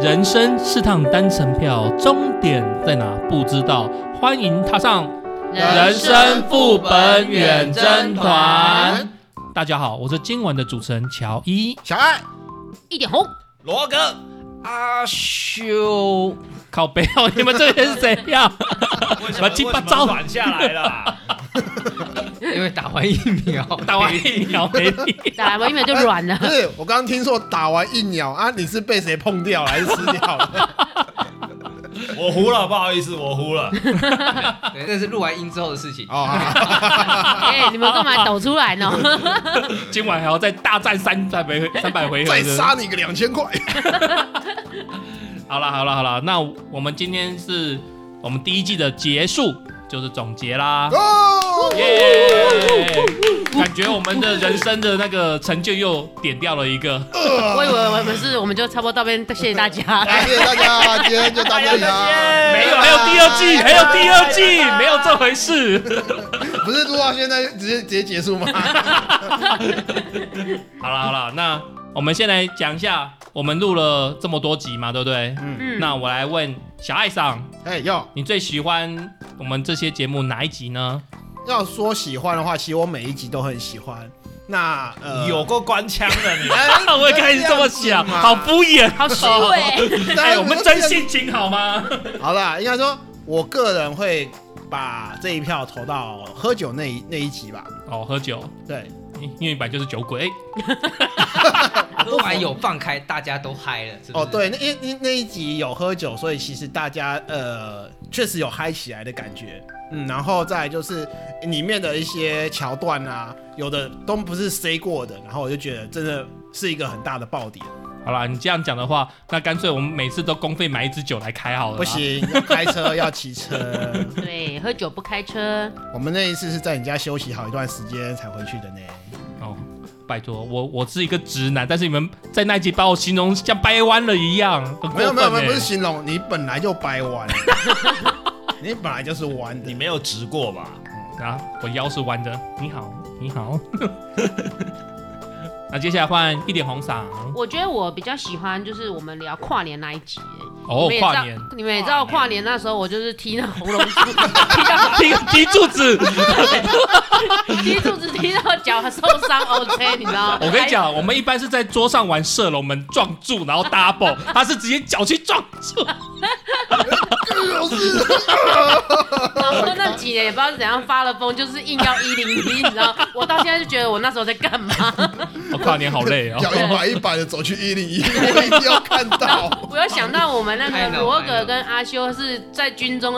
人生是趟单程票，终点在哪不知道，欢迎踏上。人生副本远征团，大家好，我是今晚的主持人乔伊。小爱，一点红，罗哥，阿修，靠背哦，你们这边是谁呀？把把鸡巴照软下来了。因为打完疫苗， 打完疫苗没力，打完疫苗就软了 不。是我刚刚听说打完一鸟啊，你是被谁碰掉了还是吃掉 了？ 我糊了，不好意思，我糊了。 对，那是录完音之后的事情。哦，好 哎、你们干嘛抖出 来呢？今晚还要再大战三百回三百回合。再是不是杀你个两 千块。好了好了好了，那我们今天是我们第一季的结束，就是总结啦。哦，耶！感觉我们的人生的那个成就又点掉了一个。我以为我们是，我们就差不多到边，谢谢大 家。谢谢大家，今天就到这里啦。 没 有，还有第二季，还有第二季，没有这回事。不是录到现在直接直接结 束吗？好了好了，那我们先来讲一下，我们录了这么多集嘛，对不对？嗯，那我来问小爱上， 哎，要你最喜欢我们这些节目哪一集呢？要说喜欢的话，其实我每一集都很喜欢。那呃，有过官腔的你， 哎 我也开始这么想，不要样子嘛欸好敷衍。啊好虚伪，哎，我们真性情好吗？ 好啦，应该说，我个人会把这一票投到喝酒那一那一集吧。哦，喝酒，对，因因为本来就是酒鬼。喝啊完有放开，大家都嗨了，是不是？哦，对，，那因那那一集有喝酒，所以其实大家呃确实有嗨起来的感觉。嗯，然后再来就是里面的一些桥段啊，有的都不是 say 过的，然后我就觉得真的是一个很大的爆点。好啦，你这样讲的话，那干脆我们每次都公费买一支酒来开好了啦。不行，要开车要骑车。 对，喝酒不开车，我们那一次是在你家休息好一段时间才回去的呢。哦，拜托，我我是一个直男，但是你们在那一集把我形容像掰弯了一样，很过没有没有没分有，欸不是形容，你本来就掰弯， 你本来就是弯的你。没有直过吧？啊，我腰是弯的。你好，你好。 那接下来换一点红嗓我觉得我比较喜欢就是我们聊跨年那一集。哎哦你们也，知道跨年，你们也知道跨年那时候我就是踢那红 龙珠，踢踢柱子。踢柱子踢到脚受伤，OK，你知道吗？ 我跟你讲，我们一般是在桌上玩射龙门撞柱，然后 double，他是直接脚去撞柱。哎然后那几年也不知道是怎样发了疯，就是硬要一零一，你知道？我到现在就觉得我那时候在干嘛？我、跨年好累 哦。脚一摆一摆的走去一零一，我一定要看到。我有想到我们那太个脑罗白格了跟阿修是在军中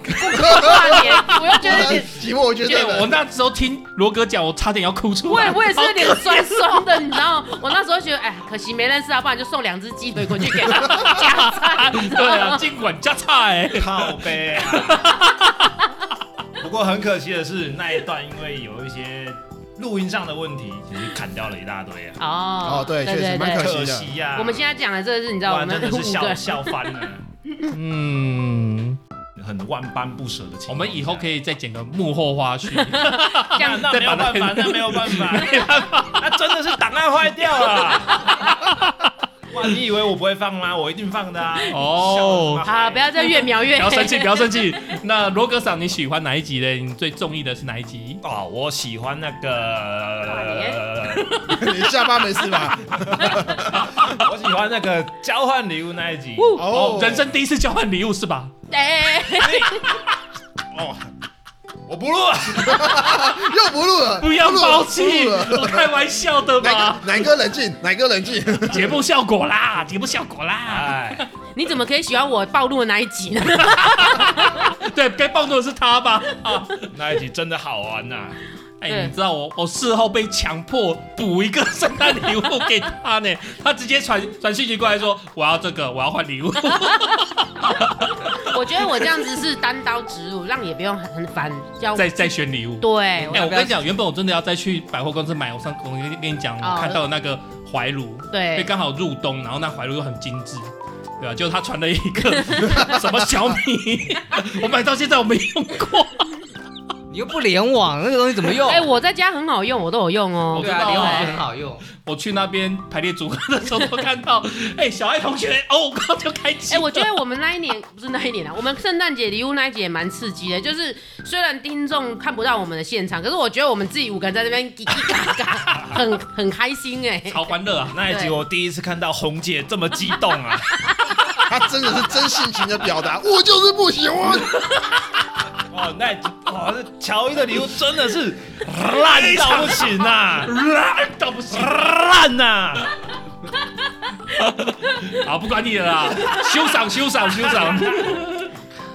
跨年，我又觉得有点， 寂寞，我觉对，得我那时候听罗哥讲，我差点要哭出我来。也我也是有点好可酸酸的，你知道？我那时候觉得，哎，可惜没认识他，不然就送两只鸡腿滚去给他加菜，你知对道啊，吗？尽管加菜、靠背啊！不过很可惜的是，那一段因为有一些录音上的问题，其实砍掉了一大堆啊。哦哦对对确实对蛮可对。惜可的惜啊呀、我们现在讲的这个是，你知道不我然真们的五是个 笑，笑翻了，嗯，很万般不舍的情况下。我们以后可以以再剪个幕后花絮，这 样那没有办法，那没有办法，那真的是档案坏掉了。 哇，你以为我不会放吗？我一定放的啊！哦好，不要再越描越 不要生黑。气，不要生气。那罗哥赏你喜欢哪一集嘞？你最中意的是哪一集？哦，我喜欢那个， 你下巴没事吧？ 我喜欢那个交换礼物那一集。哦，人生第一次交换礼物是吧？ 哎，哦，我不录了， 又不录了， 不要录了抛弃， 啊不录了我开玩笑的哪吧。个哪个冷静？哪个冷静？ 节目效果啦，节目效果啊啦。哎，你怎么可以喜欢我暴露的那一集呢？ 对，该暴怒的是他吧？啊，那一集真的好玩啊呐、哎，对你知道我我事后被强迫补一个圣诞礼物给他呢， 他直接传传讯息过来说我要这个，我要换礼 物。我觉得我这样子是单刀直入，让也不用很很烦，要再再选礼物。对，哎、我跟你讲，原本我真的要再去百货公司买，我上我跟跟你讲，哦我看到那个怀炉，因为对，刚好入冬，然后那怀炉又很精致，对吧、结果他传了 哎一个什么小米，我买到现在我没用过，你又不联网，那个东西怎么用？哎，我在家很好用，我都有用 哦我。对知啊，道联网哎就很好用。我去那边排列组合的时候都看 到，哎、小爱同学，哦，我刚就开机哎、了。我觉得我们那一年不是那一年啊，我们圣诞节礼物那一集也蛮刺激的。就是虽然听众看不到我们的现场，可是我觉得我们自己五个人在那边叽叽嘎嘎，很 很开心哎、好欢乐啊！那一集我第一次看到红姐这么激动啊！他真的是真性情的表达， 我就是不喜欢。哦，那一集哇，那乔伊的礼物真的是烂到不行啊，烂到不行，烂啊呐、好不管你了啦，休赏休赏休赏。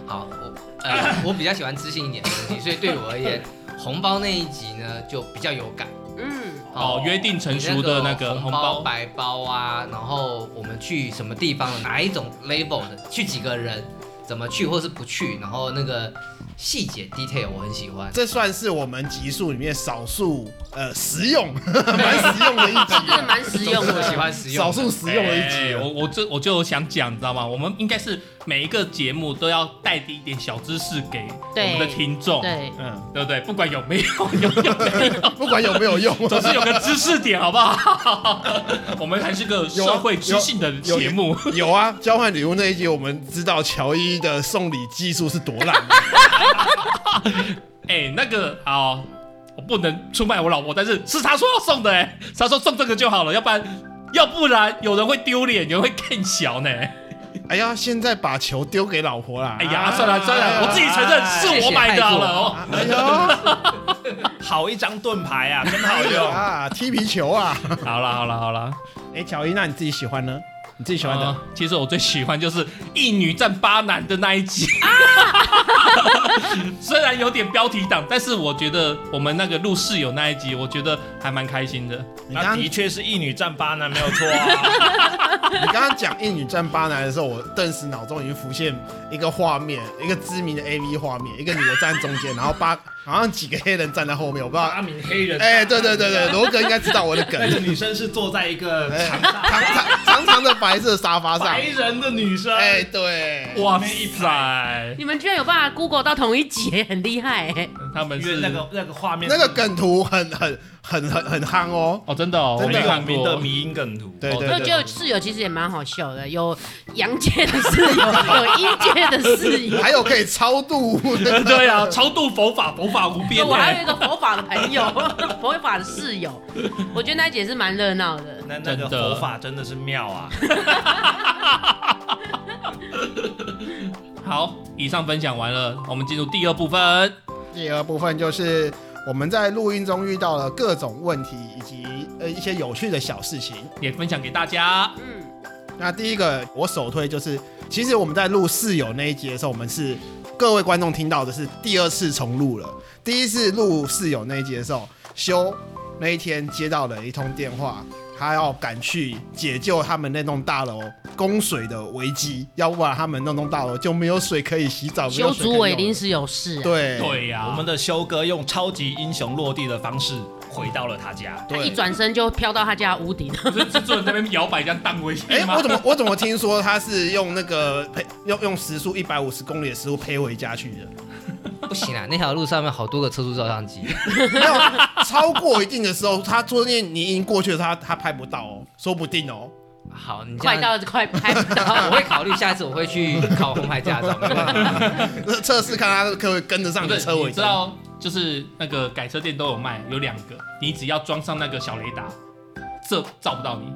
好，我呃，我比较喜欢知性一点的东西，所以对我而言，红包那一集呢就比较有感。嗯，哦，约定成熟的那个红红包，白包啊，然后我们去什么地方，哪一种 level 的，去几个人，怎么去或是不去，然后那个细节 detail 我很喜欢。这算是我们集数里面少数呃实用， 蛮实用的一集真的 啊，蛮实用我喜 的。欢实用少的，数实用的一集哎啊。我我这我就想讲，你知道吗？我们应该是每一个节目都要带一点小知识给我对们的听众，对，嗯，对不对？不管有 没有，有没有，不管有没有用， 总是有个知识点，好不 好？我们还是个社会知性的有节目。 有啊。交换礼物那一集，我们知道乔伊的送礼技术是多烂啊 的，哎、那个好、我不能出卖我老婆，但是是她说要送的、哎，她说送这个就好了，要不然要不然有人会丢脸，有人会更小呢、哎呀，现在把球丢给老婆啦。啊哎呀，算了算了，我自己承认是我买的好了哦。哎呦，好一张盾牌啊，真好哎呦用。啊，踢皮球啊！好了好了好了， 哎，乔伊，那你自己喜欢呢？你自己喜欢的呃？其实我最喜欢就是一女战八男的那一集，虽然有点标题党，但是我觉得我们那个录室友那一集，我觉得还蛮开心的。你那刚的你确是一女战八男，没有错 啊。刚刚讲一女战八男的时候，我顿时脑中已经浮现一个画面，一个知名的 A V 画面，一个女的站中间，然后八 好像几个黑人站在后面，我不知 道。啊阿明黑人，啊哎，对对对对，罗哥应该知道我的 梗那。个女生是坐在一个哎长长长长长的白色沙发上，白人的女生，哎，对，哇塞，你们居然有办法 Google 到同一集，很厉害、欸。他们因为是那个那个画面那是个梗图很很很很很夯哦。哦，真的哦，我真没的很有看名的过。迷因梗图。对哦对我对觉得室友其实也蛮好笑的，有阳界的室 友，有阴界的室友对，。还有可以超度那个 对啊，超度佛法，佛法无边 我还有哎。一个佛法的朋友， 佛法的室友，我觉得那一集也是蛮热闹的。那那个真的佛法真的是妙啊！好，以上分享完了，我们进入第二部分。第二部分就是我们在录音中遇到了各种问题，以及呃一些有趣的小事情。也分享给大家。嗯，那第一个我首推就是，其实我们在录室友那一集的时候，我们是各位观众听到的是第二次重录了。第一次录室友那一集的时候，修那一天接到了一通电话，他要赶去解救他们那栋大楼供水的危机，要不然他们那栋大楼就没有水可以洗澡，哦没有修水可以竹尾用临时有事、啊，对对呀、哎我们的修哥用超级英雄落地的方式回到了他家。他一对。转身就飘到他家屋顶。 不是制作人在那边摇摆这样荡回去哎、吗？我怎么我怎么听说他是用那个配用用时速一百五十公里的时速配回家去 的？不行啊，那条路上面好多个测速照相机，没有啊超过一定的时候，他昨天你已经过去了，他他拍不到哦，说不定哦。好，你这快样。到快拍不到，我会考虑下一次我会去考红牌驾照，没问题那测试看他可不可以跟得上不你的是车啊你尾知灯。道，就是那个改车店都有卖，有两个，你只要装上那个小雷达，这照不到你。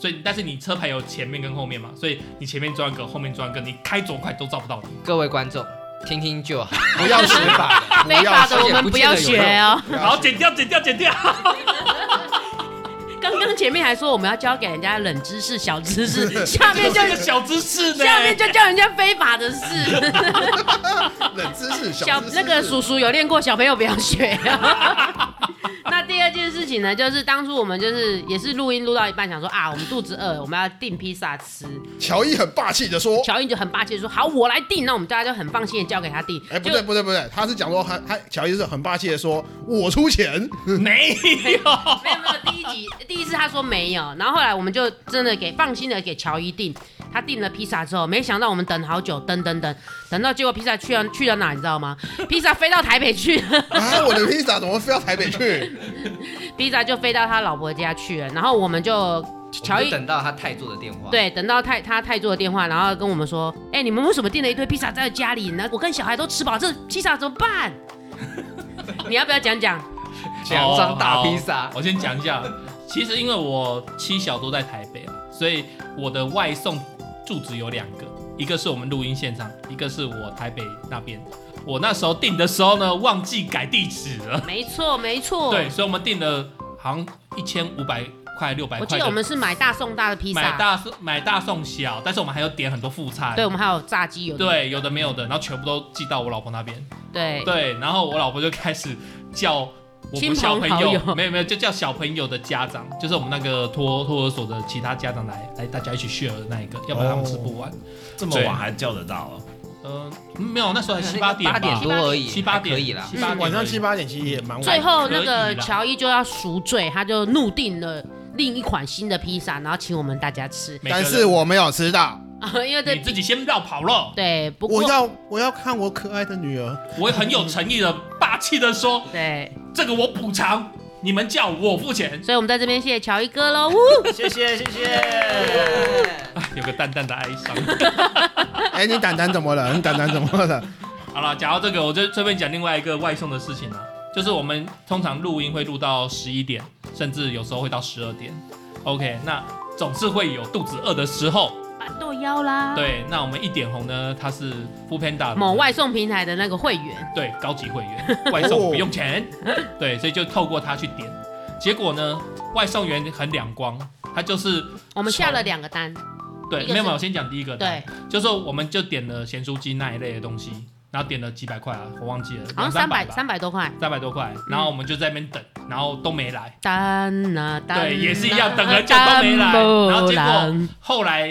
所以，但是你车牌有前面跟后面嘛，所以你前面装一个，后面装一个，你开左快都照不到你。各位观众听听就好，不要学法的。 非法的不要我们不要学哦。好，剪掉，剪掉，剪掉。刚刚前面还说我们要教给人家冷知识、小知 识，下面就这个小知识呢？下面就教人家非法 的事。冷知识，小知识那个叔叔有练过，小朋友不要学、哦 那第二件事情呢，就是当初我们就是也是录音录到一半，想说啊，我们肚子饿，我们要订披萨吃。乔伊很霸气的说乔英就很霸气地说：“好，我来订。”那我们大家就很放心的交给他订。：“哎、不就对，不对，不对，他是讲说他他乔伊是很霸气的说，我出钱。 没有。没有没有，第一集第一次他说没有，然后后来我们就真的给放心的给乔伊订，他订了披萨之后，没想到我们等好久，等等等，等到结果披萨去了去了哪，你知道吗？披萨飞到台北去了，啊，我的披萨怎么飞到台 北去？披萨就飞到他老婆家去了，然后我们就 我乔们就伊。等到他泰铢的电话，，对，等到泰他泰铢的电话，然后跟我们说，哎、你们为什么订了一堆披萨在家里呢？我跟小孩都吃饱，这披萨怎么办？你要不要讲讲？两张大披哦萨好，我先讲一下，其实因为我妻小都在台北啊，所以我的外送住址有两个，一个是我们录音现场，一个是我台北那边。我那时候订的时候呢，忘记改地址了。没错，没错。对，，所以我们订了好像一千五百块、六百我块的。记得我们是买大送大的披买萨，大送买大送小，但是我们还有点很多副菜。对，我们还有炸鸡，有的对有的没有的，然后全部都寄到我老婆那边。对对，然后我老婆就开始叫我亲们小朋朋好友，友没有没有，就叫小朋友的家长，就是我们那个托托儿所的其他家长来来大家一起 share 的那一个，要不然他们吃不完。哦这么晚还叫得到哦？嗯、没有，那时候才七八点八吧，点多而已，七八点还可以啦。七八点嗯晚上而已七八点其实也蛮晚最的。后可以那个啦乔伊就要赎罪，他就怒定了另一款新的披萨，然后请我们大家吃， 每个但人是我没有吃到，啊，因为你这自己先绕跑了。对，不我过要我要看我可爱的女儿。我很有诚意的、霸气的说，对，这个我补偿，你们叫我付钱。所以我们在这边谢谢乔伊哥喽。呜谢谢谢谢。 有个淡淡的哀伤。哎，你蛋蛋怎么了？你蛋蛋怎么了？ 好了，讲到这个，我就顺便讲另外一个外送的事情啊，就是我们通常录音会录到十一点，甚至有时候会到十二点。OK，那总是会有肚子饿的时候。板豆腰啦，对，那我们一点红呢，它是 f o o Panda 某外送平台的那个会员，对高级会 员，外送不用钱。哦对，所以就透过它去点，结果呢，外送员很两光，他就是我们下了两个单，对，一个是没有没有，我先讲第一个，对，，就是我们就点了咸酥鸡那一类的东西，然后点了几百块啊，我忘记了，好像两三百百吧三百嗯多块，三百多块，然后我们就在那边等，然后都没来。单啊单啊，对也是一样等很久都没来单不然后结果然后来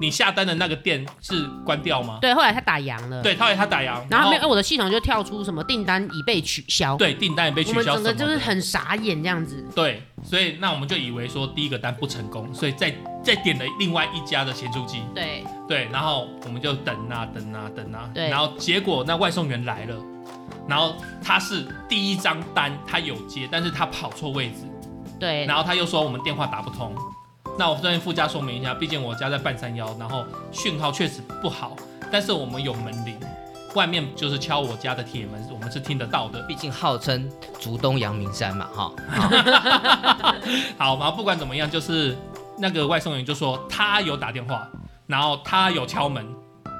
你下单的那个店是关掉吗？对，后来他打烊了，，对，后来他打烊，然后没有，哎我的系统就跳出什么订单已被取消，对订单也被取我们消整什个么就是的。很傻眼这样子。对，所以那我们就以为说第一个单不成功，所以再再点了另外一家的咸猪鸡，对，对，然后我们就等啊等啊等啊，对然后结果那外送员来了，然后他是第一张单他有接，但是他跑错位置，对，然后他又说我们电话打不通。那我这边附加说明一下，毕竟我家在半山腰，然后讯号确实不好，但是我们有门铃，外面就是敲我家的铁门，我们是听得到的。毕竟号称竹东阳明山嘛，哈，好，然后不管怎么样，就是那个外送员就说他有打电话，然后他有敲门，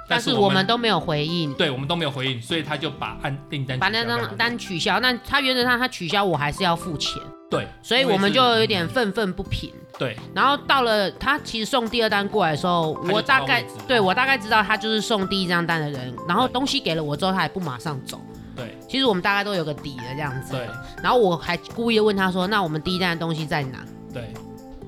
但是我们都没有回应，对我们都没有回应，所以他就把按订单把取那消掉张单取消。那他原则上他取消，我还是要付钱，对，所以因为我们是就有点愤愤不平。对然后到了他其实送第二单过来的时候，他就我大概知道位置对我大概知道他就是送第一张单的人，然后对东西给了我之后，他也不马上走。对其实我们大概都有个底了这样子。对然后我还故意地问他说：“那我们第一单的东西在哪对？”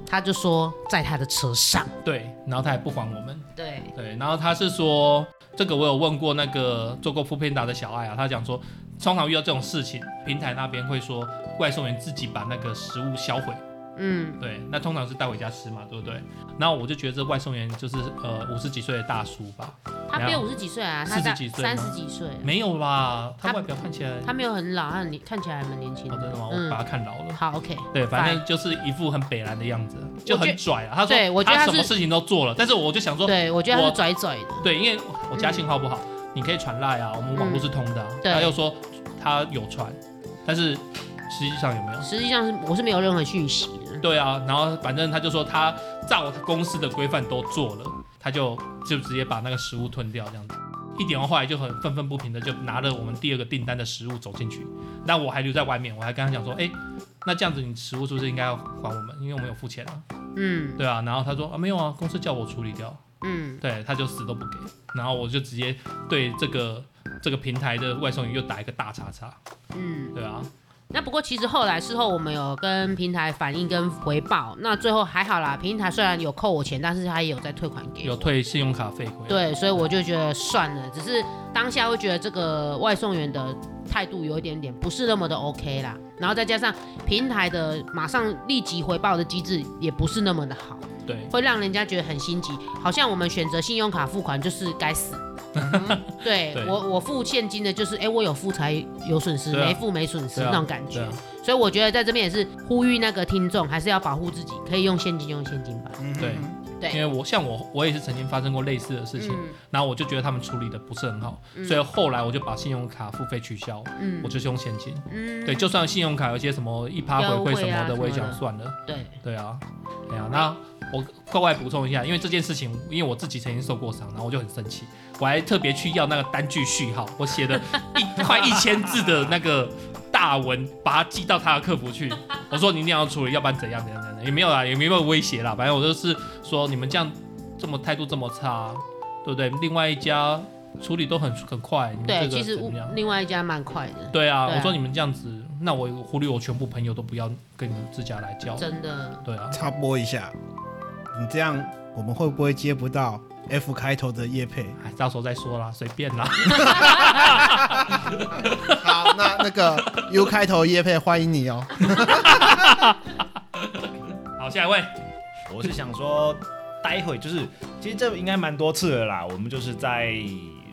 他就说在他的车上。对，然后他还不还我们。对，对，然后他是说，这个我有问过那个做过副片达的小爱啊，他讲说，通常遇到这种事情，平台那边会说外送员自己把那个食物销毁，嗯，对，那通常是带回家吃嘛，对不对？然后我就觉得这外送员就是呃五十几岁的大叔吧，他没没有有五十几岁啊，他40在几岁吗三十几岁，没有吧？他他外表看起来，他没有很老，他很看起来还蛮年轻哦，真的的吗？。我把嗯，他看老了。好，OK。对，反正就是一副很北蓝的样子，就我觉很拽啊。他说对我觉得他什么是事情都做了，但是我就想说，对，我觉得他我是拽拽的。对，因为我家信号不好，你可以传赖啊，我们网络是通的、啊。嗯对他又说他有传，但是实际上有没有？实际上是我是没有任何讯息的。对啊，然后反正他就说他照公司的规范都做了，他就就直接把那个食物吞掉这样子。一点后来就很愤愤不平的就拿了我们第二个订单的食物走进去，那我还留在外面，我还跟他讲说，哎、那这样子你食物是不是应该要还我们？因为我们有付钱啊，嗯对啊。然后他说啊没有啊，公司叫我处理掉。嗯，对，他就死都不给，然后我就直接对这个这个平台的外送员又打一个大叉叉，嗯，对啊，那不过其实后来事后我们有跟平台反映跟回报，那最后还好啦。平台虽然有扣我钱，但是他也有在退款给有我。退信用卡费回来，对，所以我就觉得算了，只是当下会觉得这个外送员的态度有一点点不是那么的 OK 啦，然后再加上平台的马上立即回报的机制也不是那么的好，对，会让人家觉得很心急，好像我们选择信用卡付款就是该 死。对对我，我付现金的，就是哎、我有付才有损失，对啊没付没损失对啊那种感觉。对啊所以我觉得在这边也是呼吁那个听众，还是要保护自己，可以用现金用现金吧。嗯哼对因为我像我，我也是曾经发生过类似的事情，嗯然后我就觉得他们处理的不是很好，嗯所以后来我就把信用卡付费取消，嗯我就是用现金。嗯对，就算信用卡有一些什么一趴优回惠馈啊什么的，我也什么想的算了。对，对啊，哎呀、那我快快补充一下，因为这件事情，因为我自己曾经受过伤，然后我就很生气，我还特别去要那个单据序号，我写的一 快一千字的那个大文，把它寄到他的客服去，我说你一定要处理，要不然怎样怎样怎样，也没有啦，也没有威胁啦，反正我就是说你们这样这么态度这么差，对不对？另外一家处理都很很快，你们对，嗯这其个实怎我么样？另外一家蛮快的，对啊，对啊我说你们这样子，那我忽略我全部朋友都不要跟你们自家来交，真的。对啊。插播一下，你这样我们会不会接不到 F 开头的叶配？哎，到时候再说啦，随便啦。 好，那那个 U 开头叶配欢迎你哦。好，下一 位，我是想说，待会就是，其实这应该蛮多次了啦。我们就是在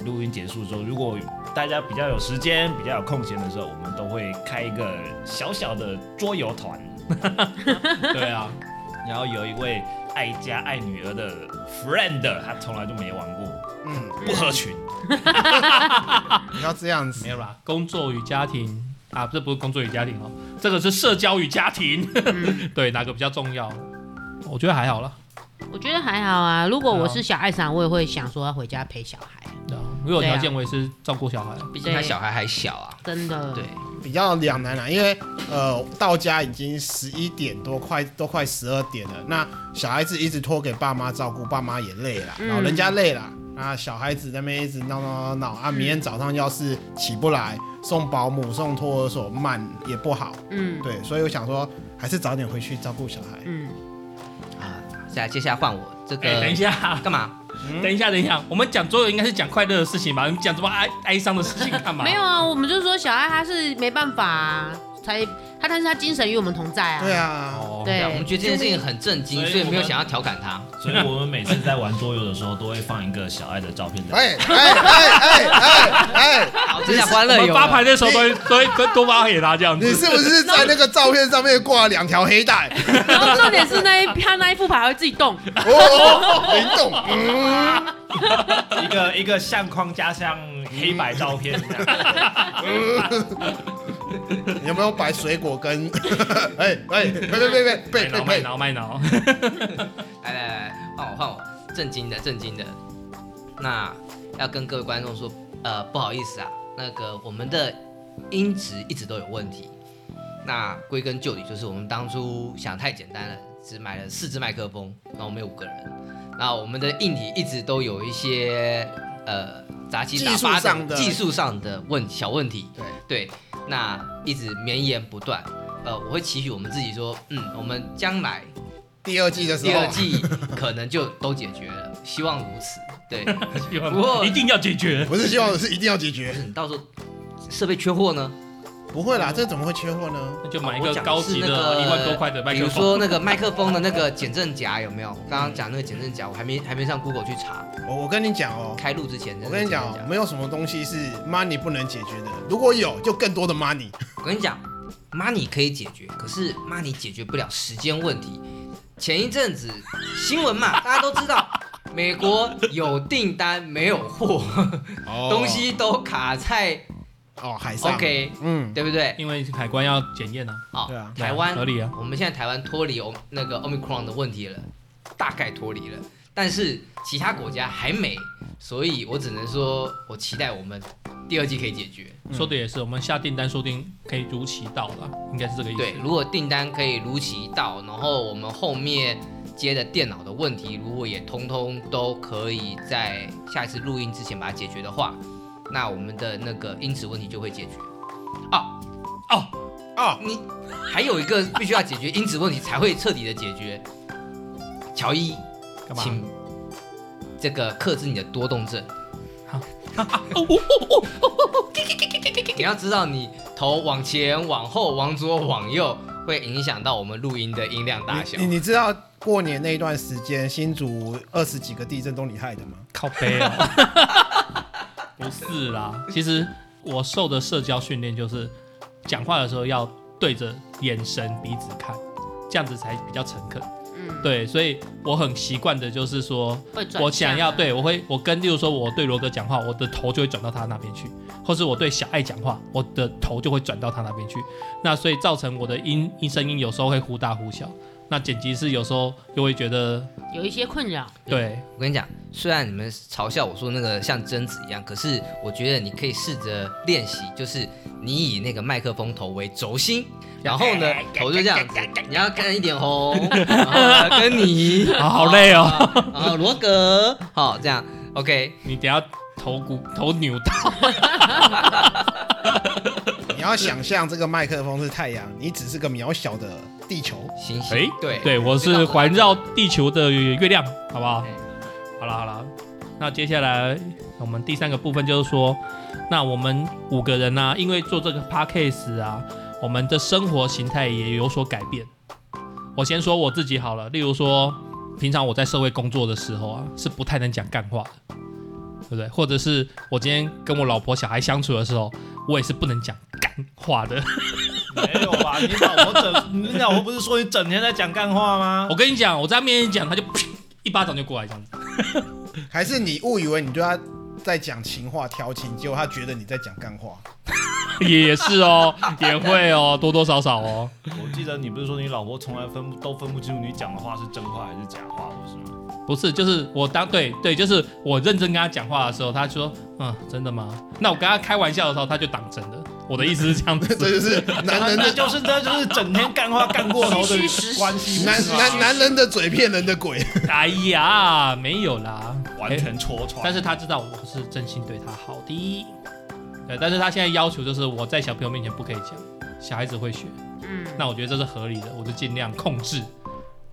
录音结束之后，如果大家比较有时间、比较有空闲的时候，我们都会开一个小小的桌游团，对啊，然后有一位爱家爱女儿的 friend，他从来就没玩过，嗯，不合 群。不要这样子没。有啦，工作与家庭啊，这不是工作与家庭哦，这个是社交与家庭。嗯 对，哪个比较重要？我觉得还好啦。我觉得还好啊。如果对啊我是小爱上，我也会想说要回家陪小孩，对啊如果有对啊条件，我也是照顾小孩。啊毕竟他小孩还小啊。真嗯的。对，，比较两难啦，因为呃到家已经十一点多，快都快十二点了。那小孩子一直拖给爸妈照顾，爸妈也累了，嗯老人家累了，那小孩子在那边一直闹闹闹闹啊，明天早上要是起不来，送保姆送托儿所慢也不好。嗯对，所以我想说，还是早点回去照顾小孩。嗯，啊，再来接下来换我这哎、个。等一，下，干嘛？等一下，等一下，我们讲桌游应该是讲快乐的事情吧？你讲什么哀哀伤的事情干 嘛？没有啊，我们就说小爱他是没办法、啊、才他，但是他精神与我们同在啊。对，啊，哦，对对啊，我们觉得这件事情很震惊，所以所以我没有们想要调 侃他。所以我们每次在玩桌游的时候，都会放一个小爱的照片在。哎哎哎哎哎哎，好，接下来欢乐我有们发牌的时候都会都会都发给他这样你子。是不是在那个照片上面挂了两条黑带？然后重点是那一他那一副牌还会自己动，哦，灵动，嗯。一个一个相框加上黑白照片这样，你有没有摆水果跟？哎哎，别别别卖别别脑卖别！脑卖脑，来来来，换我换我，震惊的震惊的。那要跟各位观众说，呃，不好意思啊，那个我们的音质一直都有问题。那归根究底，就是我们当初想太简单了，只买了四支麦克风，然后我们有五个人，那我们的硬体一直都有一些呃杂七杂八技术上的技术上的问小问题。对，对，那一直绵延不断。呃，我会期许我们自己说，嗯，我们将来第二季的时候，第二季可能就都解决了，希望如此。对， 希望不过一定要解决。 不是希望是一定要解不决，是你到时候设备缺货呢？哦不会啦，这怎么会缺货呢？那就买一我个讲的高是级的那个一万多块的麦比克如风。说那个麦克风的那个减震夹有没有？我刚刚讲那个减震夹，我还没还没上 Google 去查，我我跟你讲哦，开录之前的我那个跟你减震夹。讲哦，没有什么东西是 money 不能解决的，如果有就更多的 money。我跟你讲，money 可以解决，可是 money 解决不了时间问题。前一阵子新闻 嘛，大家都知道，美国有订单没有货，东西都卡在哦，海上 OK，嗯，对不对？因为海关要检验啊，哦，对啊台湾合理啊。我们现在台湾脱离欧那个 Omicron 的问题了，大概脱离了，但是其他国家还没，所以我只能说，我期待我们第二季可以解决。说的也是，我们下订单说不定可以如期到啦，应该是这个意思对，。如果订单可以如期到，然后我们后面接的电脑的问题，如果也通通都可以在下一次录音之前把它解决的话，那我们的那个音质问题就会解决。啊哦哦，你还有一个必须要解决音质问题才会彻底的解决。乔伊，干嘛？请这个克制你的多动症。 哦哦哦哦，你要知道，你头往前、往后、往左、往右，会影响到我们录音的音量大小你。你知道过年那一段时间，新竹二十几个地震都你害的吗？靠背哦， 不是啦，其实我受的社交训练就是讲话的时候要对着眼神、鼻子看，这样子才比较诚恳。嗯，对，所以我很习惯的就是说，会转向啊我想要对我会，我跟例如说我对罗哥讲话，我的头就会转到他那边去，或是我对小爱讲话，我的头就会转到他那边去。那所以造成我的音音声音有时候会忽大忽小。那剪辑师有时候又会觉得，有一些困扰，对，我跟你讲，虽然你们嘲笑我说那个像贞子一样，可是我觉得你可以试着练习，就是你以那个麦克风头为 轴心，然后呢头就这样子，你要看一 点红，然后呢跟你，啊好累哦啊， 然后罗格，好这样，OK，你等下头骨头扭到，你要想象这个麦克风是太阳，你只是个渺小的地球。行行，哎、对哎对，哦我是环绕地球的月亮，好不好？好了好了，那接下来我们第三个部分就是说，那我们五个人呢、啊因为做这个 podcast 啊，我们的生活形态也有所改变。我先说我自己好了，例如说，平常我在社会工作的时候啊，是不太能讲干话的，对不对？或者是我今天跟我老婆、小孩相处的时候，我也是不能讲干话的。 没有吧？你老婆整，你老婆不是说你整天在讲干话吗？我跟你讲，我在她面前讲，他就 一巴掌就过来这样子。还是你误以为你对他在讲情话调情，结果他觉得你在讲干话。也是哦，也会哦，多多少少哦。我记得你不是说你老婆从来分不都分不清楚你讲的话是真话还是假话，不是吗？不是，就是我当对对，就是我认真跟他讲话的时候，他说，嗯，真的吗？那我跟他开玩笑的时候，他就当真了。我的意思是这样子，这就是男人 那的就是那就是整天干话干过 头的虚虚实实关系，男啊是吗男男人的嘴骗人的鬼。哎呀，没有啦，完全戳哎。穿。但是他知道我是真心对他好的，对，但是他现在要求就是我在小朋友面前不可以讲，小孩子会学。嗯，那我觉得这是合理的，我就尽量控制。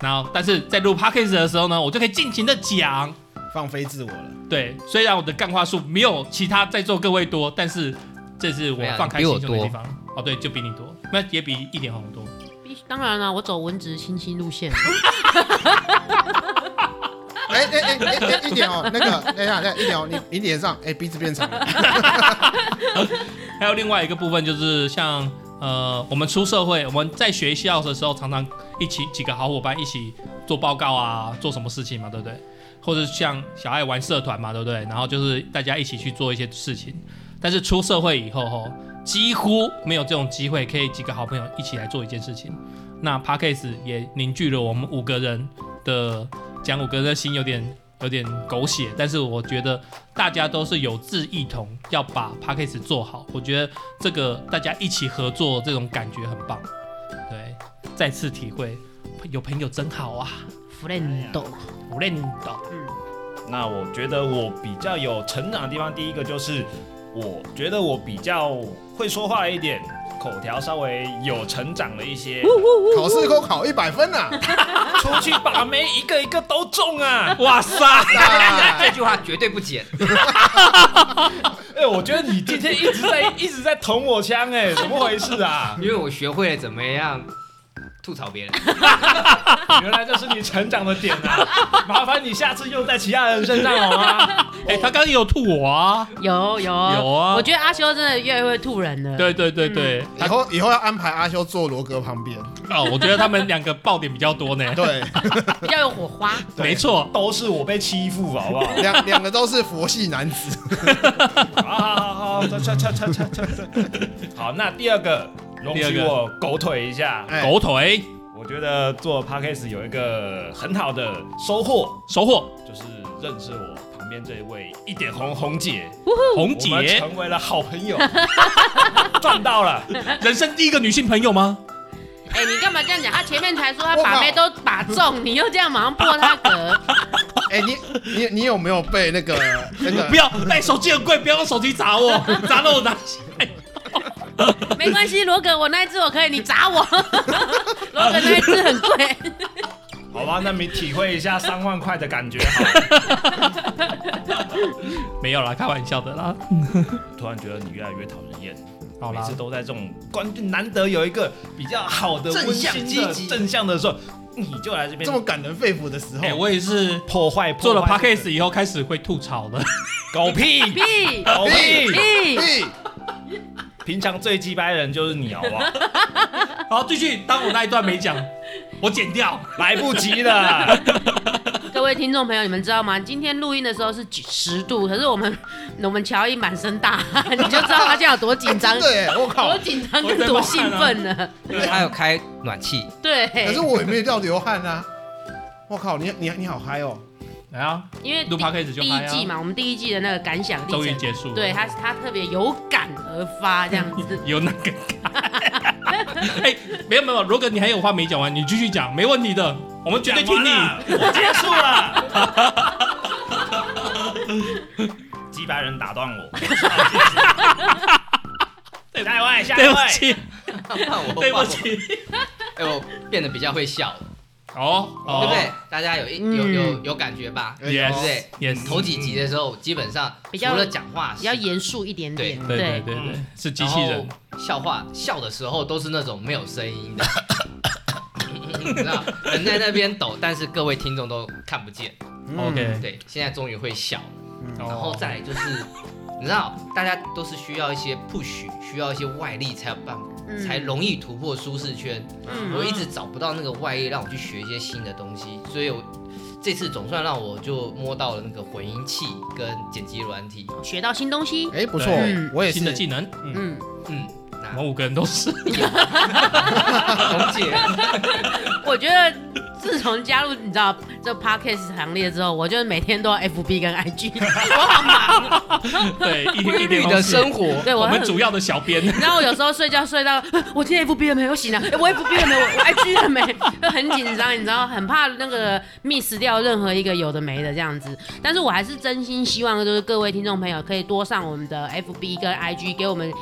然后，但是在录 podcast 的时候呢，我就可以尽情的讲。放飞自我了，对，虽然我的干话数没有其他在座各位多，但是这是我没有放开比我心胸的多地方。哦，对，就比你多，那也比一点红多。必须当然了，啊我走文职清新路线， 哎哎哎哎哎，一点哦，那个，哎呀，哎一点哦，你你脸上，哎鼻子变长了，还有另外一个部分就是像呃，我们出社会，我们在学校的时候，常常一起几个好伙伴一起做报告啊，做什么事情嘛，对不对？或者像小爱玩社团嘛，对不对？然后就是大家一起去做一些事情。但是出社会以后吼，几乎没有这种机会可以几个好朋友一起来做一件事情。那 p a c k a s e 也凝聚了我们五个人的，讲五个人的心有点有点狗血，但是我觉得大家都是有志一同，要把 p a c k a s e 做好。我觉得这个大家一起合作这种感觉很棒，对，再次体会有朋友真好啊，弗兰斗，无论的嗯，那我觉得我比较有成长的地方，第一个就是我觉得我比较会说话一点，口条稍微有成长了一些，考试都考一百分啊呐、出去把妹一个一个都中啊！哇塞！这句话 绝对不减， 哎、我觉得你今天一直在一直在捅我枪、哎，怎么回事啊？因为我学会了怎么样吐 槽别人。原来这是你成长的点啊！麻烦你下次用在其他人身上好吗？哎、他刚刚也有吐我啊！有有有啊我觉得阿修真的越来越会吐人了，对对对对， 以后以后要安排阿修坐罗格旁边，哦，我觉得他们两个爆点比较多 呢。对，比较有火花，没错，都是我被欺负，好不好？两两个都是佛系男子，好 好好好，这这这这这这好，那第二个，容许第二个我狗腿一下。哎，狗腿我觉得做 podcast 有一个很好的收获，收获就是认识我旁边这一位一点红红姐，红我们姐，成为了好朋友，赚到了。人生第一个女性朋友吗？哎、你干嘛这样讲？他前面才说他把妹都打中，你又这样马上破 他格，哎、你你你有没有被那个那个不要，哎，手机很贵，不要用手机砸我，砸到我拿起来。没关系，罗格，我那一只我可以，你 砸我，罗格那一只很贵，好吧，那你体会一下三万块 的感觉好了。没有啦，开玩笑的啦。突然觉得你越来越讨人厌，好每啦次，都在这种关难得有一个比较好的正温向馨积的极正向的时候，你就来这边这么感人肺腑的时候，哎、我也是破坏做了破坏这个 podcast 以后开始会吐槽的。 狗屁屁狗屁，哎屁，嘿平常最鸡掰的人就是你，好 不好？好，继续，当我那一段没讲，我剪掉。来不及了，各位听众朋友，你们知道吗？今天录音的时候是几十度，可是我们我们乔伊满身大汗，你就知道他现在有多紧张 真、的耶，啊我靠多！紧张跟多兴奋了。因为他有开暖 气，对，哎可是我也没有掉流汗啊！我靠，你你你好嗨哦！来啊，因为录第 podcast 就第嗨一啊季嘛，我们第一季的那个感想历程终于结束了。对他他特别有感而发这样子 有那 个感。哎、没有没有，如果你还有话没讲完，你继续讲，没问题的，我们绝对听你。讲完了我结束了。 鸡掰人 打断我，下一位，下一对不位，起，我对不，起。哎，我变得比较会笑了，哦对不哦，对？大家有一有嗯有有感觉吧？哎呦 Yes 对不对？ Yes 头几集的时候，基本上比除较了讲话比较严肃一点点，对对对对，嗯是机器人。，笑话笑的时候都是那种没有声音 的，你知道，人在那边抖，但是各位听众都看不见。嗯 OK 对，现在终于会笑，哦然后再来就是，你知道，大家都是需要一些 push，需要一些外力才有办法，嗯才容易突破舒适圈。我嗯，一直找不到那个外力让我去学一些新的东西，所以我这次总算让我就摸到了那个混音器跟剪辑软体。学到新东西，哎，不错对，我也新的技是。能，嗯，嗯，我那们五个人都 是。红姐， 我觉得自从加入你知道这 podcast 行列之后，我就是每天都要 FB 跟 IG，我 好忙哦，对，一规一律点的生活，对我我们很主要的小编。，然后我有时候睡觉睡到，呃我今天 FB 了没？我醒了，呃我 FB 了没？我我 IG 了没？ 就很紧张，你知道，很怕那个 miss 掉任何一个有的没的这样子。但是我还是真心希望，就是各位听众朋友可以多上我们的 FB 跟 IG，给我们。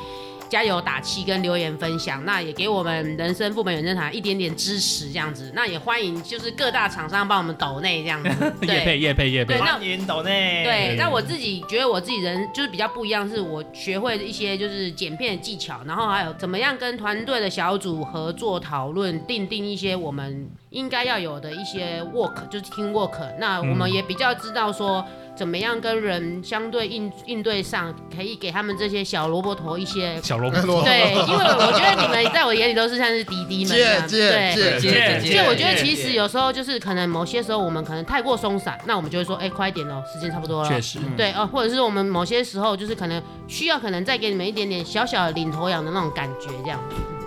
加油打气跟留言分享，那也给我们人生副本远征团一点点支持，这样子，那也欢迎就是各大厂商帮我们抖内这样子对叶配叶配叶配对，那欢迎抖内。对，但我自己觉得我自己人就是比较不一样，是我学会一些就是剪片的技巧，然后还有怎么样跟团队的小组合作讨论，定定一些我们应该要有的一些 work，就是 team work。那我们也比较知道说怎么样跟人相对应应对上，可以给他们这些小萝卜头 一些。小萝卜那。 我对，因为我觉得你们在我眼里都是像是弟弟们这借样，对借。借啊对借，所以我觉得其实有时候就是可能某些时候我们可能太过松散，那我们就会说，哎、快一点哦，时间差不多了。确实，对哦，或者是我们某些时候就是可能需要，可能再给你们一点点小小的领头羊的那种感觉，这样。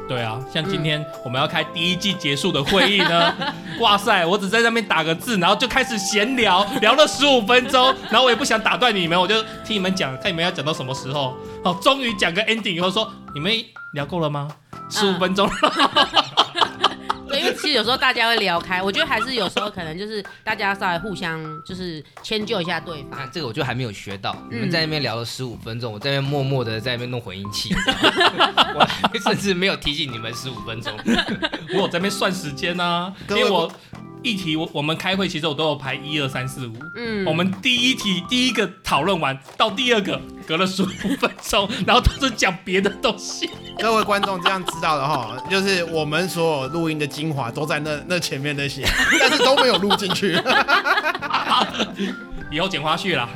对啊，像今天我们要开第一季结束的会议呢，嗯 哇塞，我只在那边打个字，然后就开始闲 聊，聊了十五分钟，然后我也不想打断你们，我就听你们讲，看你们要讲到什么时候。好，终于讲个 ending 以后说，你们聊够了吗？嗯十五分钟， 对，因为其实有时候大家会聊开，我觉得还是有时候可能就是大家稍微互相就是迁就一下对方。啊，这个我就还没有学到。你嗯们在那边聊了十五分钟，我在那边默默的在那边弄混音器， 我甚至没有提醒你们十五分钟。我有在那边算时间啊，因各位为我议题我我们开会其实我都有排一二三四五。嗯，我们第一题第一个讨论完到第二个，隔了十五分钟， 然后都是讲别的东西。各位观众这样知道了哈，就是我们所有录音的精华都在那那前面那些，但是都没有录进去。以后剪花 絮啦，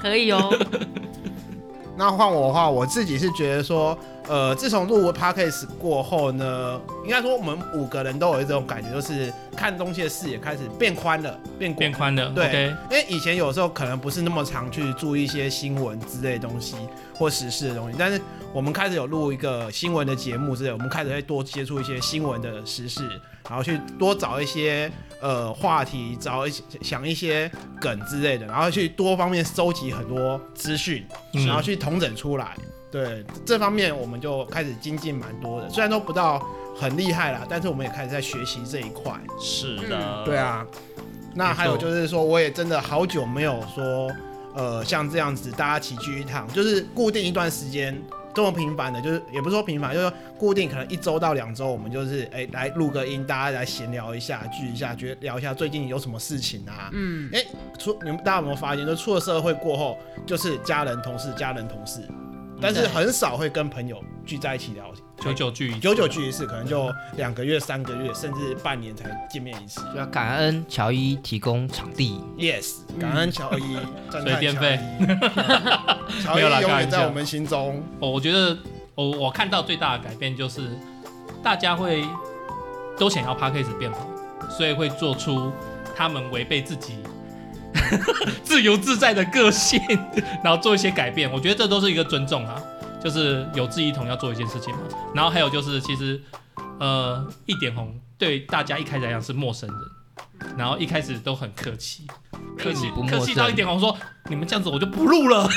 可以哦。那换我的话，我自己是觉得说，呃，自从录 podcast 过后呢，应该说我们五个人都有一种感觉，就是看东西的视野开始变宽了，变广变宽了。对 OK 因为以前有时候可能不是那么常去注意一些新闻之类的东西或时事的东西，但是我们开始有录一个新闻的节目之类，我们开始会多接触一些新闻的时事，然后去多找一些呃话题，找一些想一些梗之类的，然后去多方面收集很多资讯，嗯然后去统整出来。对这方面，我们就开始精进蛮多的，虽然都不到很厉害啦，但是我们也开始在学习这一块。是的，对，啊，那还有就是说，我也真的好久没有说，呃，像这样子大家齐聚一堂，就是固定一段时间这么频繁的，就是也不是说频繁，就是说固定可能一周到两周，我们就是哎、来录个音，大家来闲聊一下，聚一下，觉得聊一下最近有什么事情啊。 嗯，哎、出你们大家有没有发现，就出了社会过后，就是家人、同事、家人、同事，但是很少会跟朋友聚在一起聊天。久久聚一久久聚一次，可能就两个月、三个月，甚至半年才见面一次。就要感恩乔伊提供场地， Yes，感恩乔伊，赞水叹电乔费伊，乔伊 没有啦永开玩远笑在我们心中。哦我我觉得我我看到最大的改变就是，大家会都想要 p a c k a g e 变好，所以会做出他们违背自己 自由自在的个性，然后做一些改变。我觉得这都是一个尊重啊，就是有志一同要做一件事情嘛。然后还有就是，其实呃，一点红对大家一开始来讲是陌生人，然后一开始都很客气。客气嗯不，陌客生气到一点红说：“你们这样子我就不录了。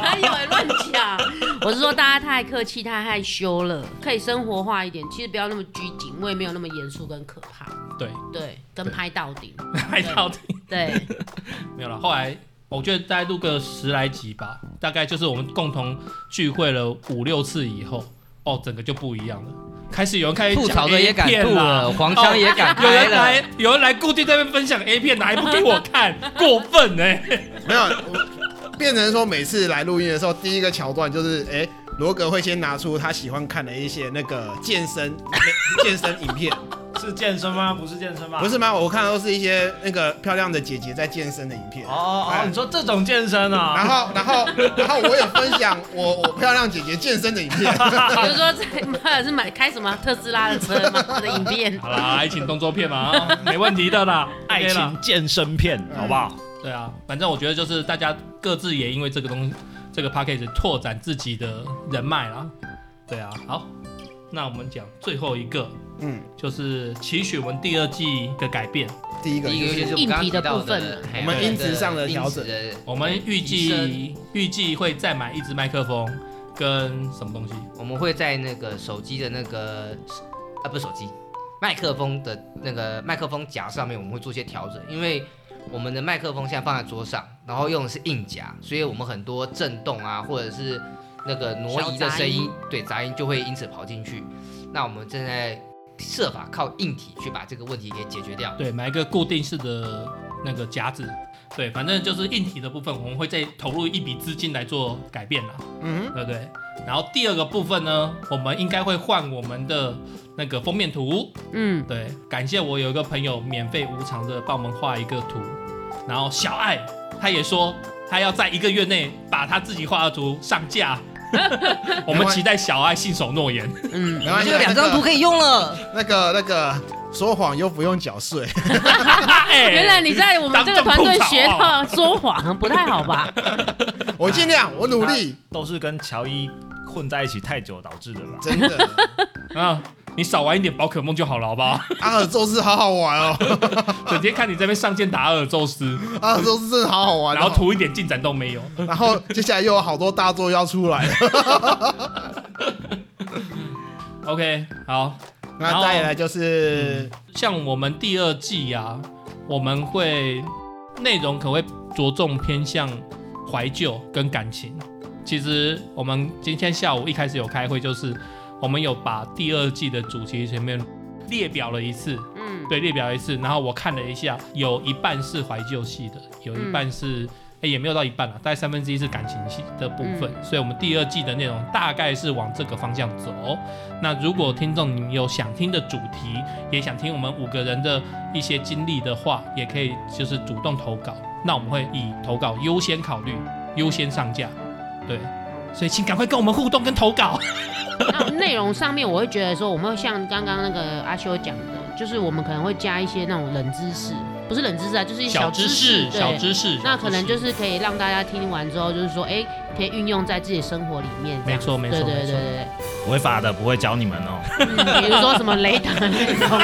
哎呦，乱讲！我是说大家太客气、太害羞了，可以生活化一点。其实不要那么拘谨，我也没有那么严肃跟可怕。”对，对，跟对拍到 顶。还到底对，没有了。后来我觉得大概录个十来集吧，大概就是我们共同聚会了五六次以后，哦，整个就不一样了。开始有人开始吐哎讲槽的 A 也敢片吐啦，哦了，黄腔也敢 有开人了，来，有人来固定在那边分享 A 片，哪一部给我 看？过分哎、没有，我变成说每次来录音的时候，第一个桥段就是，哎、罗格会先拿出他喜欢看的一些那个健 身健身影片，是健身吗？不是健身哦吗？不是吗？我看到都是一些那个漂亮的姐姐在健身的影片。哦哦哦哎，你说这种健身然啊？后，然后，然后我也分享我我漂亮姐姐健身的影片， 比如说在 马尔是买开什么特斯拉的车吗？的影片。好啦，爱情动作片 嘛，哦没问题的啦，爱 OK 啦情健身片，好不好？对啊，反正我觉得就是大家各自也因为这个东西，这个 p a c k a g e 拓展自己的人脉啦。对啊，好，那我们讲最后一个，嗯，就是期许我们第二季的改变。第一个第一就个就是是我们刚刚提到硬体的部分还有我们音质上的调整音质的我们预提计预计会再买一支麦克风跟什么东西？我们会在那个手机的那个啊，不是手机，麦克风的那个麦克风夹上面，我们会做一些调整，因为我们的麦克风现在放在桌上，然后用的是硬夹，所以我们很多震动啊，或者是那个挪移的声小杂音音，对杂音就会因此跑进去。那我们正在设法靠硬体去把这个问题给解决掉。对，买一个固定式的那个夹子。对，反正就是硬体的部分，我们会再投入一笔资金来做改变啦，嗯对不对？然后第二个部分呢，我们应该会换我们的那个封面图。嗯，对，感谢我有一个朋友免费无偿的帮我们画一个图，然后小爱他也说他要在一个月内把他自己画的图上架。 我们期待小爱信守诺言。嗯嗯哼，然后啊这个两张图可以用了，那个那个说谎又不用缴税，哎哦原来你在我们这个团队学到说谎啊不太好吧？我尽量，我努力，都是跟乔伊混在一起太久导致的啦。真的，啊，你少玩一点宝可梦就好了，好不 好？阿尔宙斯好好 玩哦，整天看你这边上线打阿尔宙斯，阿尔宙斯真的好好玩、哦，然后图一点进展都没有。 然后接下来又有好多大作要出 来了， OK，好，那再来就是像我们第二季呀、我们会内容可会着重偏向怀旧跟感情。其实我们今天下午一开始有开会，就是我们有把第二季的主题前面列表了一次，嗯，对，列表一次，然后我看了一下，有一半是怀旧系的，有嗯一半是，哎、也没有到一半了，大概三分之一是感情系的部分，嗯所以我们第二季的内容大概是往这个方向走。那如果听众你有想听的主题，也想听我们五个人的一些经历的话，也可以就是主动投稿，那我们会以投稿优先考虑，优先上架，对。所以，请赶快跟我们互动跟投稿。那内容上面我会觉得说，我们会像刚刚那个阿修讲的，就是我们可能会加一些那种冷知识，不是冷知识啊，就是一些知对。小知识，那可能是。就是可以让大家听完之后，就是说，哎，可以运用在自己生活里面这样子。没错没错对对没对错对对。违法的不会教你们哦。嗯比如说什么雷达那种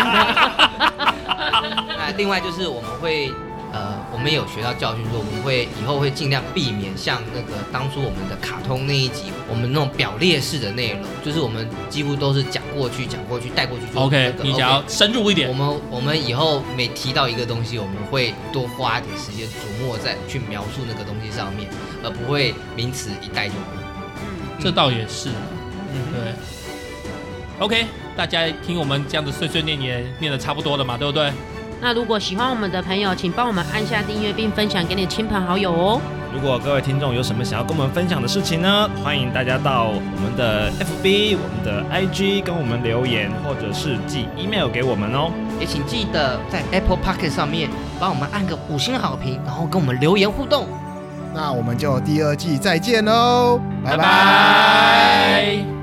的，那另外就是我们会，呃，我们也有学到教训，说我们会以后会尽量避免像那个当初我们的卡通那一集，我们那种表列式的内容，就是我们几乎都是讲过去、讲过去、带过去、就是那 OK，个你想要深入一 OK，我点，们我们以后每提到一个东西，我们会多花一点时间琢磨在去描述那个东西上面，而不会名词一带就过。嗯这倒也是啊。对。OK，大家听我们这样子碎碎念也念的差不多了嘛，对不对？那如果喜欢我们的朋友，请帮我们按下订阅并分享给你的亲朋好友哦。如果各位听众有什么想要跟我们分享的事情呢，欢迎大家到我们的 FB、我们的 IG 跟我们留言，或者是寄 email 给我们哦。也请记得在 Apple p o c k e t 上面帮我们按个五星好评，然后跟我们留言互动。嗯那我们就第二季再见喽，拜拜拜